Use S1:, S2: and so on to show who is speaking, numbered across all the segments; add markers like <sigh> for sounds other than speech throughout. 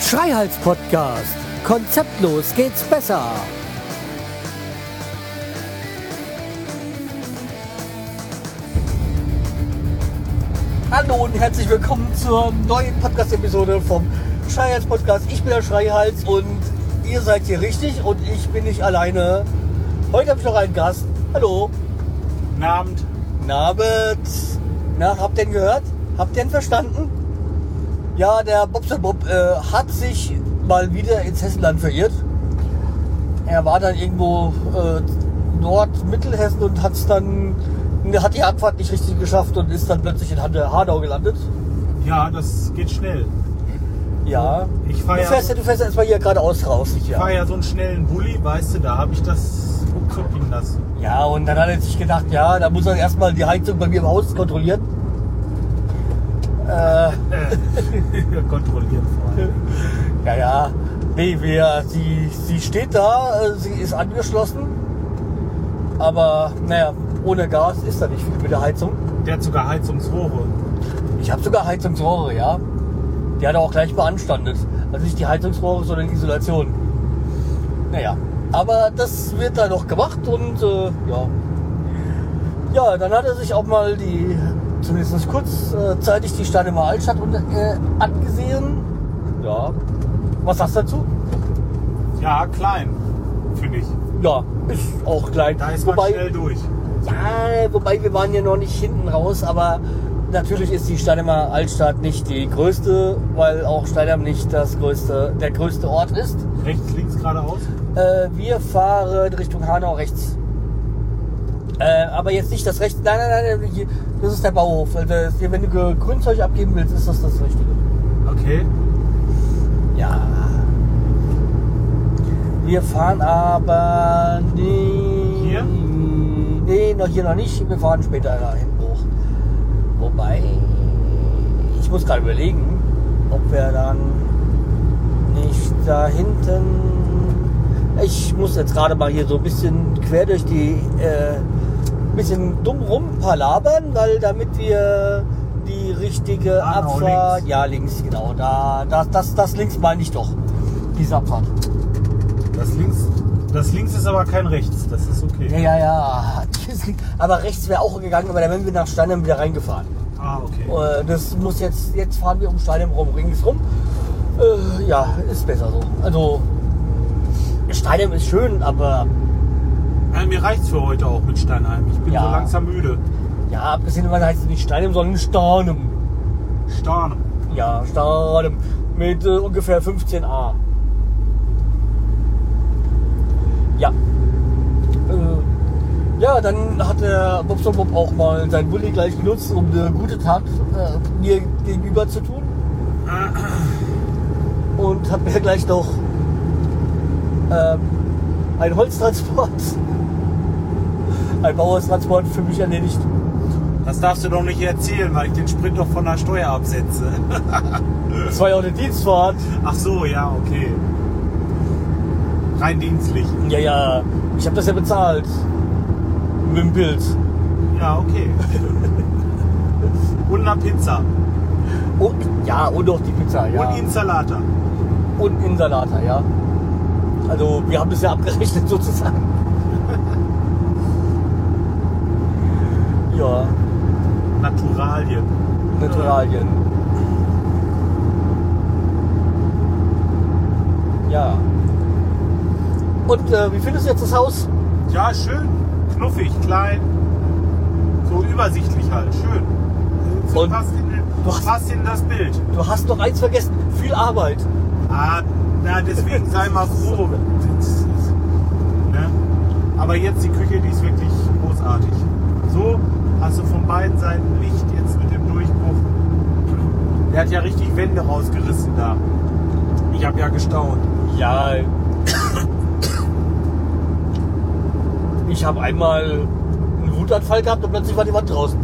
S1: Schreihals Podcast. Konzeptlos geht's besser.
S2: Hallo und herzlich willkommen zur neuen Podcast-Episode vom Schreihals Podcast. Ich bin der Schreihals und ihr seid hier richtig und ich bin nicht alleine. Heute habe ich noch einen Gast. Hallo.
S3: Guten Abend.
S2: Nabet. Na, habt ihr ihn gehört? Habt ihr ihn verstanden? Ja, der Bobselbob äh, hat sich mal wieder ins Hessenland verirrt. Er war dann irgendwo äh, Nordmittelhessen und hat's dann hat die Abfahrt nicht richtig geschafft und ist dann plötzlich in Hande- Hanau gelandet.
S3: Ja, das geht schnell.
S2: Ja.
S3: Ich fahr
S2: du
S3: ja-
S2: fährst ja, du fährst ja erstmal hier geradeaus raus.
S3: Ich fahr ja so einen schnellen Bulli, weißt du, da habe ich das umzucken lassen.
S2: Ja, und dann hat er sich gedacht, ja, da muss er erstmal die Heizung bei mir im Haus kontrollieren. Äh,
S3: <laughs> Äh, Kontrolliert vor allem.
S2: ja, ja. Nee, wir, sie, sie steht da, äh, sie ist angeschlossen. Aber naja, ohne Gas ist da nicht viel mit der Heizung.
S3: Der hat sogar Heizungsrohre.
S2: Ich habe sogar Heizungsrohre, ja. Die hat er auch gleich beanstandet. Also nicht die Heizungsrohre, sondern die Isolation. Naja, aber das wird da noch gemacht und äh, ja. Ja, dann hat er sich auch mal die, zumindest kurzzeitig, die Stademar Altstadt und, äh, angesehen. Ja. Was sagst du dazu?
S3: Ja, klein, finde ich.
S2: Ja, ist auch klein.
S3: Da ist man
S2: wobei,
S3: schnell durch.
S2: ja, wobei wir waren ja noch nicht hinten raus, aber natürlich ist die Steinemer Altstadt nicht die größte, weil auch Steinheim nicht das größte, der größte Ort ist.
S3: Rechts, links, geradeaus.
S2: Äh, wir fahren Richtung Hanau rechts. Äh, aber jetzt nicht das rechte. Nein, nein, nein, nein, hier- das ist der Bauhof. Also, das- hier, wenn du Ge- Grünzeug abgeben willst, ist das das Richtige.
S3: Okay.
S2: Ja. Wir fahren aber nie.
S3: Hier?
S2: Nee, noch hier noch nicht. Wir fahren später da hinten hoch. Wobei, ich muss gerade überlegen, ob wir dann nicht da hinten. Ich muss jetzt gerade mal hier so ein bisschen quer durch die. Äh, bisschen dumm rumpalabern, weil damit wir die richtige
S3: Hanau
S2: Abfahrt.
S3: links.
S2: Ja, Ah, genau, links, genau. Da, das, das, das links meine ich doch. Diese Abfahrt.
S3: Das links, das links ist aber kein rechts. Das ist
S2: Ja,
S3: okay.
S2: ja, <laughs> ja. Das links- Aber rechts wäre auch gegangen, aber dann wären wir nach Steinem wieder reingefahren.
S3: Ah, okay.
S2: Äh, Das muss jetzt, jetzt fahren wir um Steinem rum, ringsrum. Äh, ja, ist besser so. Also, Steinem ist schön, aber
S3: Nein, mir reicht's für heute auch mit Steinheim. Ich bin
S2: Ja.
S3: so langsam müde.
S2: ja, abgesehen davon heißt es nicht Steinem, sondern Starnem.
S3: Starn.
S2: Ja, Starnem. Mit äh, ungefähr 15 A. Ja. Äh, ja, dann hat der Bobson Bob auch mal seinen Bulli gleich genutzt, um eine gute Tat äh, mir gegenüber zu tun. Und hat mir gleich noch ähm, einen Holztransport, <laughs> einen Bauertransport für mich erledigt.
S3: Das darfst du doch nicht erzählen, weil ich den Sprit doch von der Steuer absetze.
S2: Das war ja auch eine Dienstfahrt.
S3: Ach so, ja, okay. Rein dienstlich.
S2: Ja, ja, ich habe das ja bezahlt. Mit dem Bild.
S3: Ja,
S2: <laughs>
S3: okay. Und eine Pizza.
S2: Und, ja, und auch die Pizza, ja.
S3: Und Insalata.
S2: und Insalata, ja. Also wir haben es ja abgerechnet <laughs> sozusagen. ja,
S3: Naturalien.
S2: Naturalien. Ja. Und äh, wie findest du jetzt das Haus?
S3: Ja, schön. Knuffig, klein. So übersichtlich halt. Schön. So
S2: Und-
S3: passt, in,
S2: Doch.
S3: passt in das Bild.
S2: Du hast noch eins vergessen, viel Arbeit.
S3: Ah, na, deswegen sei mal froh. Ne? Aber jetzt die Küche, die ist wirklich großartig. So hast du von beiden Seiten Licht jetzt mit dem Durchbruch. Der hat ja richtig Wände rausgerissen da. Ich habe ja gestaunt.
S2: Ja. Ich habe einmal einen Wutanfall gehabt und plötzlich war die Wand draußen.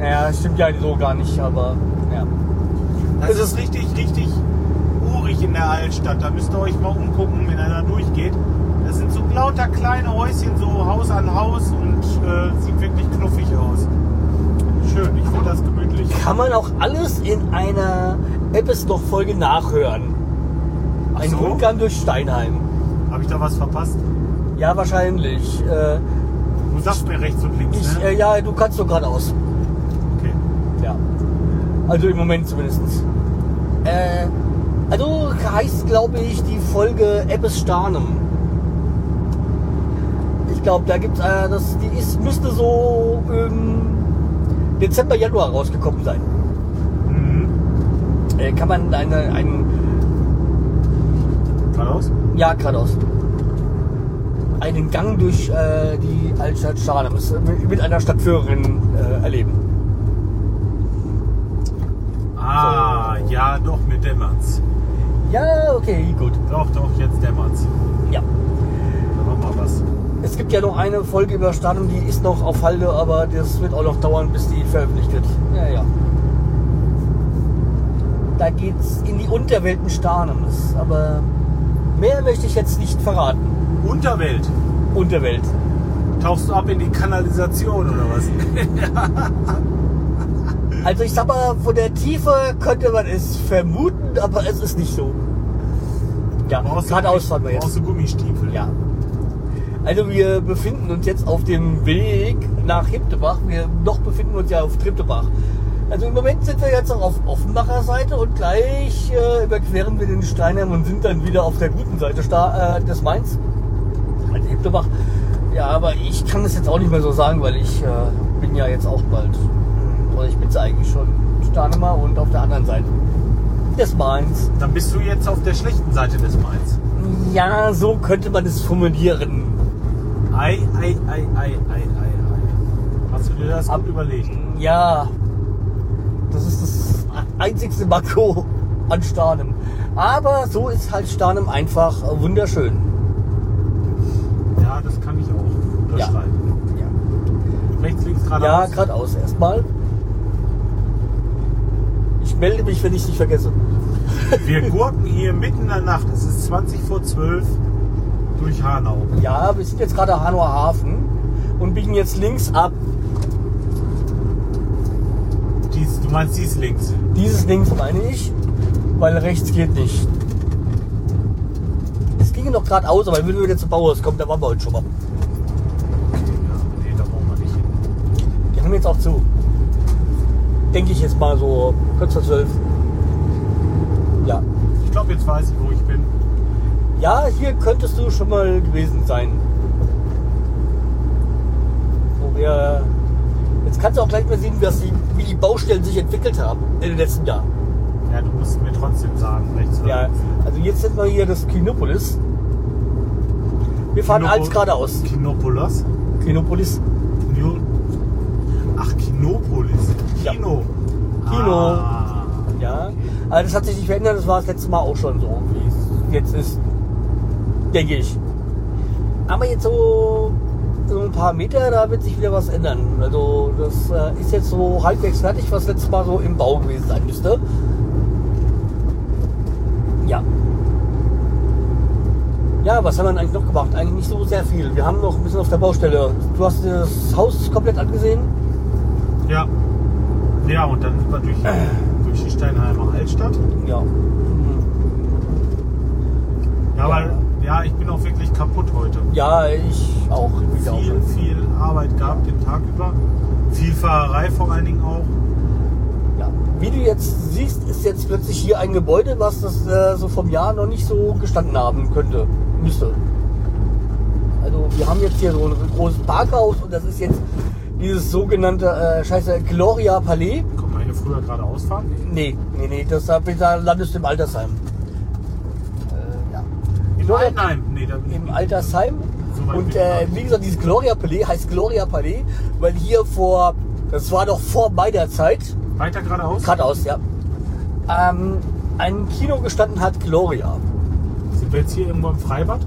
S2: Naja, stimmt ja so gar nicht, aber ja.
S3: Das ist, richtig, richtig urig in der Altstadt. Da müsst ihr euch mal umgucken, wenn einer durchgeht. Das Das sind so lauter kleine Häuschen, so Haus an Haus und äh, sieht wirklich knuffig aus. Schön, ich finde das gemütlich.
S2: Kann man auch alles in einer Apple Store Folge nachhören. Ein
S3: so?
S2: Rundgang durch Steinheim.
S3: Habe ich da was verpasst?
S2: Ja, wahrscheinlich. Äh,
S3: Du sagst mir rechts und links,
S2: ich,
S3: ne?
S2: äh, ja, du kannst so geradeaus.
S3: okay.
S2: Ja. Also im Moment zumindest. Äh, also heißt, glaube ich, die Folge Ebbes Starnem. Ich glaube, da gibt's äh, das, die ist, müsste so im Dezember, Januar rausgekommen sein.
S3: Mhm.
S2: Äh, kann man eine, einen,
S3: Geradeaus?
S2: ja, geradeaus, einen Gang durch äh, die Altstadt Starnem ist, äh, mit einer Stadtführerin äh, erleben.
S3: Ah, ja, doch, mir dämmert's.
S2: Ja, okay, gut.
S3: Doch, doch, jetzt dämmert's.
S2: Ja.
S3: Dann machen wir was.
S2: Es gibt ja noch eine Folge über Stadium, die ist noch auf Halde, aber das wird auch noch dauern, bis die veröffentlicht wird. Ja, ja. Da geht's in die Unterwelten Stahnems, aber mehr möchte ich jetzt nicht verraten.
S3: Unterwelt.
S2: Unterwelt.
S3: Tauchst du ab in die Kanalisation oder was?
S2: Also ich sag mal, von der Tiefe könnte man es vermuten, aber es ist nicht so. Ja, geradeaus fahren wir jetzt.
S3: Brauchst du Gummistiefel?
S2: Ja. Also wir befinden uns jetzt auf dem Weg nach Hiptebach. Wir noch befinden uns ja auf Triptebach. Also im Moment sind wir jetzt noch auf Offenbacher Seite und gleich äh, überqueren wir den Steinheim und sind dann wieder auf der guten Seite Sta äh, des Mains. Also Hiptebach. Ja, aber ich kann das jetzt auch nicht mehr so sagen, weil ich äh, bin ja jetzt auch bald. hm, Oder ich bin es eigentlich schon. Stahnemer und auf der anderen Seite des Mains.
S3: Dann bist du jetzt auf der schlechten Seite des Mains.
S2: Ja, so könnte man es formulieren.
S3: Ei, ei, ei, ei, ei, ei, ei. Hast du dir das
S2: Ab-
S3: gut überlegt?
S2: Ja, das ist das einzigste Makro an Starnem. Aber so ist halt Starnem einfach wunderschön.
S3: Ja, das kann ich auch unterschreiben.
S2: Ja,
S3: Rechts, links,
S2: ja
S3: geradeaus.
S2: geradeaus erstmal. Ich melde mich, wenn ich dich vergesse.
S3: Wir gurken hier mitten in der Nacht. Es ist 20 vor 12 durch Hanau.
S2: Ja, wir sind jetzt gerade Hanauer Hafen und biegen jetzt links ab.
S3: Dies, du meinst dies links.
S2: Dieses links meine ich, weil rechts geht nicht. Es ginge noch geradeaus, aber wenn wir wieder zu Bauhaus kommen, da waren wir heute schon mal.
S3: Ja, nee, da brauchen wir nicht hin.
S2: Die haben jetzt auch zu. Denke ich jetzt mal so kurz vor zwölf. Ja.
S3: Ich glaube, jetzt weiß ich, wo ich bin.
S2: Ja, hier könntest du schon mal gewesen sein. Wo wir. Jetzt kannst du auch gleich mal sehen, wie, das die, wie die Baustellen sich entwickelt haben in den letzten Jahren.
S3: Ja, du musst mir trotzdem sagen, rechts oder
S2: Ja,
S3: links.
S2: also jetzt sind wir hier das Kinopolis. Wir fahren
S3: Kinopo-
S2: als geradeaus.
S3: Kinopolis?
S2: Kinopolis.
S3: Kino- Ach, Kinopolis.
S2: Ja.
S3: Kino.
S2: Kino.
S3: Ah.
S2: Ja. Also das hat sich nicht verändert, das war das letzte Mal auch schon so, wie es jetzt ist. Denke ich. Aber jetzt so, so ein paar Meter, da wird sich wieder was ändern. Also das äh, ist jetzt so halbwegs fertig, was letztes Mal so im Bau gewesen sein müsste. Ja. Ja, was haben wir denn eigentlich noch gemacht? Eigentlich nicht so sehr viel. Wir haben noch ein bisschen auf der Baustelle. Du hast dir das Haus komplett angesehen?
S3: Ja. Ja, und dann sind wir durch, durch die Steinheimer Altstadt.
S2: Ja. Hm,
S3: Ja, weil, ja, ich bin auch wirklich kaputt heute.
S2: Ja, ich auch. Ich auch.
S3: Viel, viel Arbeit gehabt den Tag über. Viel Fahrerei vor allen Dingen auch.
S2: Ja. Wie du jetzt siehst, ist jetzt plötzlich hier ein Gebäude, was das äh, so vom Jahr noch nicht so gestanden haben könnte, müsste. Also wir haben jetzt hier so ein großes Parkhaus und das ist jetzt dieses sogenannte, äh, scheiße, Gloria Palais.
S3: Komm, meine früher geradeaus fahren.
S2: Nee, nee, nee, das, da- da landest du im Altersheim. Äh, ja.
S3: In
S2: Gloria-
S3: Altenheim. Nee, da bin ich
S2: im
S3: nicht.
S2: Altersheim.
S3: So weit
S2: und
S3: bin ich
S2: äh,
S3: gar nicht.
S2: wie gesagt, dieses Gloria Palais heißt Gloria Palais, weil hier vor, das war doch vor meiner Zeit,
S3: Weiter geradeaus?
S2: geradeaus, ja, ähm, ein Kino gestanden hat, Gloria.
S3: Sind wir jetzt hier irgendwo im Freibad?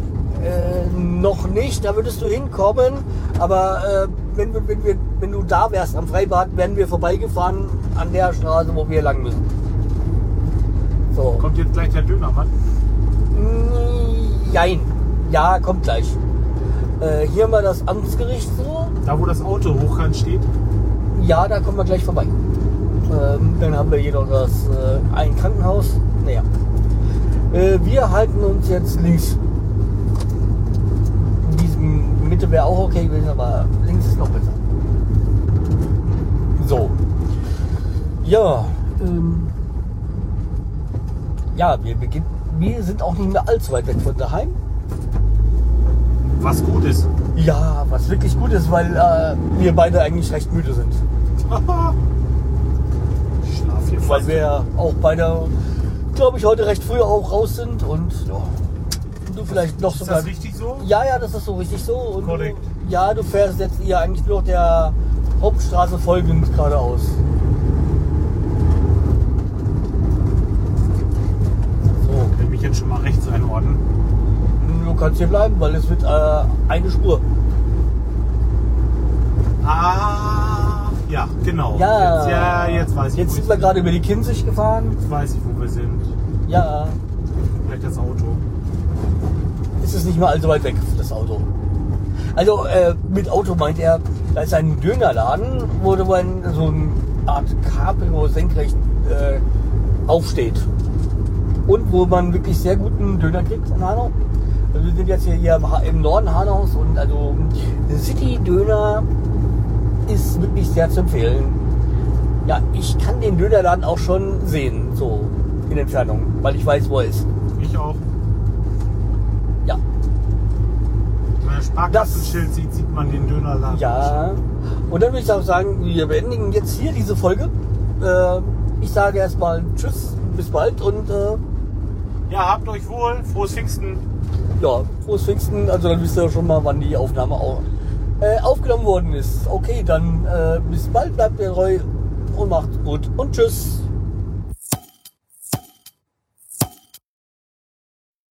S2: Äh, noch nicht, da würdest du hinkommen, aber äh, wenn, wir, wenn, wir, wenn du da wärst am Freibad, wären wir vorbeigefahren an der Straße, wo wir lang müssen. So.
S3: Kommt jetzt gleich der Dönermann.
S2: Mm, Jein. Ja, kommt gleich. Äh, hier haben wir das Amtsgericht so.
S3: Da, wo das Auto hochkant steht.
S2: Ja, da kommen wir gleich vorbei. Ähm, dann haben wir jedoch das äh, ein Krankenhaus. Naja. Äh, wir halten uns jetzt links. In diesem Mitte wäre auch okay gewesen, aber links ist noch besser. So. Ja. Ähm, ja, wir beginnen. Wir sind auch nicht mehr allzu weit weg von daheim.
S3: Was gut ist.
S2: Ja, was wirklich gut ist, weil äh, wir beide eigentlich recht müde sind.
S3: Schlaf hier
S2: Weil
S3: fast.
S2: wir ja auch beide, glaube ich, heute recht früh auch raus sind und ja, du vielleicht noch
S3: Ist
S2: sogar.
S3: das richtig so?
S2: Ja, ja, das ist so richtig so. Und du,
S3: Korrekt.
S2: ja, du fährst jetzt hier eigentlich nur noch der Hauptstraße folgend geradeaus. So,
S3: Ich will mich jetzt schon mal rechts einordnen.
S2: du kannst hier bleiben, weil es wird äh, eine Spur.
S3: Ah, ja, genau.
S2: Ja.
S3: Jetzt, ja, jetzt weiß ich,
S2: Jetzt
S3: wo
S2: sind
S3: ich
S2: wir gerade über die Kinzig gefahren.
S3: Jetzt weiß ich, wo wir sind.
S2: Ja,
S3: Vielleicht das Auto.
S2: ist es nicht mal allzu weit weg, das Auto. Also äh, mit Auto meint er, da ist ein Dönerladen, wo du ein, so eine Art Kabel, wo es senkrecht äh, aufsteht. Und wo man wirklich sehr guten Döner kriegt in Hanau. Also wir sind jetzt hier, hier im, Ha- im Norden Hanaus und also City-Döner ist wirklich sehr zu empfehlen. Ja, ich kann den Dönerladen auch schon sehen, so in Entfernung, weil ich weiß, wo er ist.
S3: Ich auch.
S2: Ja,
S3: Wenn man das Sparkassenschild sieht, sieht man den Dönerladen.
S2: Ja, und dann würde ich auch sagen, wir beenden jetzt hier diese Folge. Äh, ich sage erstmal Tschüss, bis bald und äh,
S3: Ja, habt euch wohl. Frohes Pfingsten.
S2: ja, frohes Pfingsten. Also dann wisst ihr schon mal, wann die Aufnahme auch, äh, aufgenommen worden ist. Okay, dann äh, bis bald, bleibt mir treu und macht gut und Tschüss.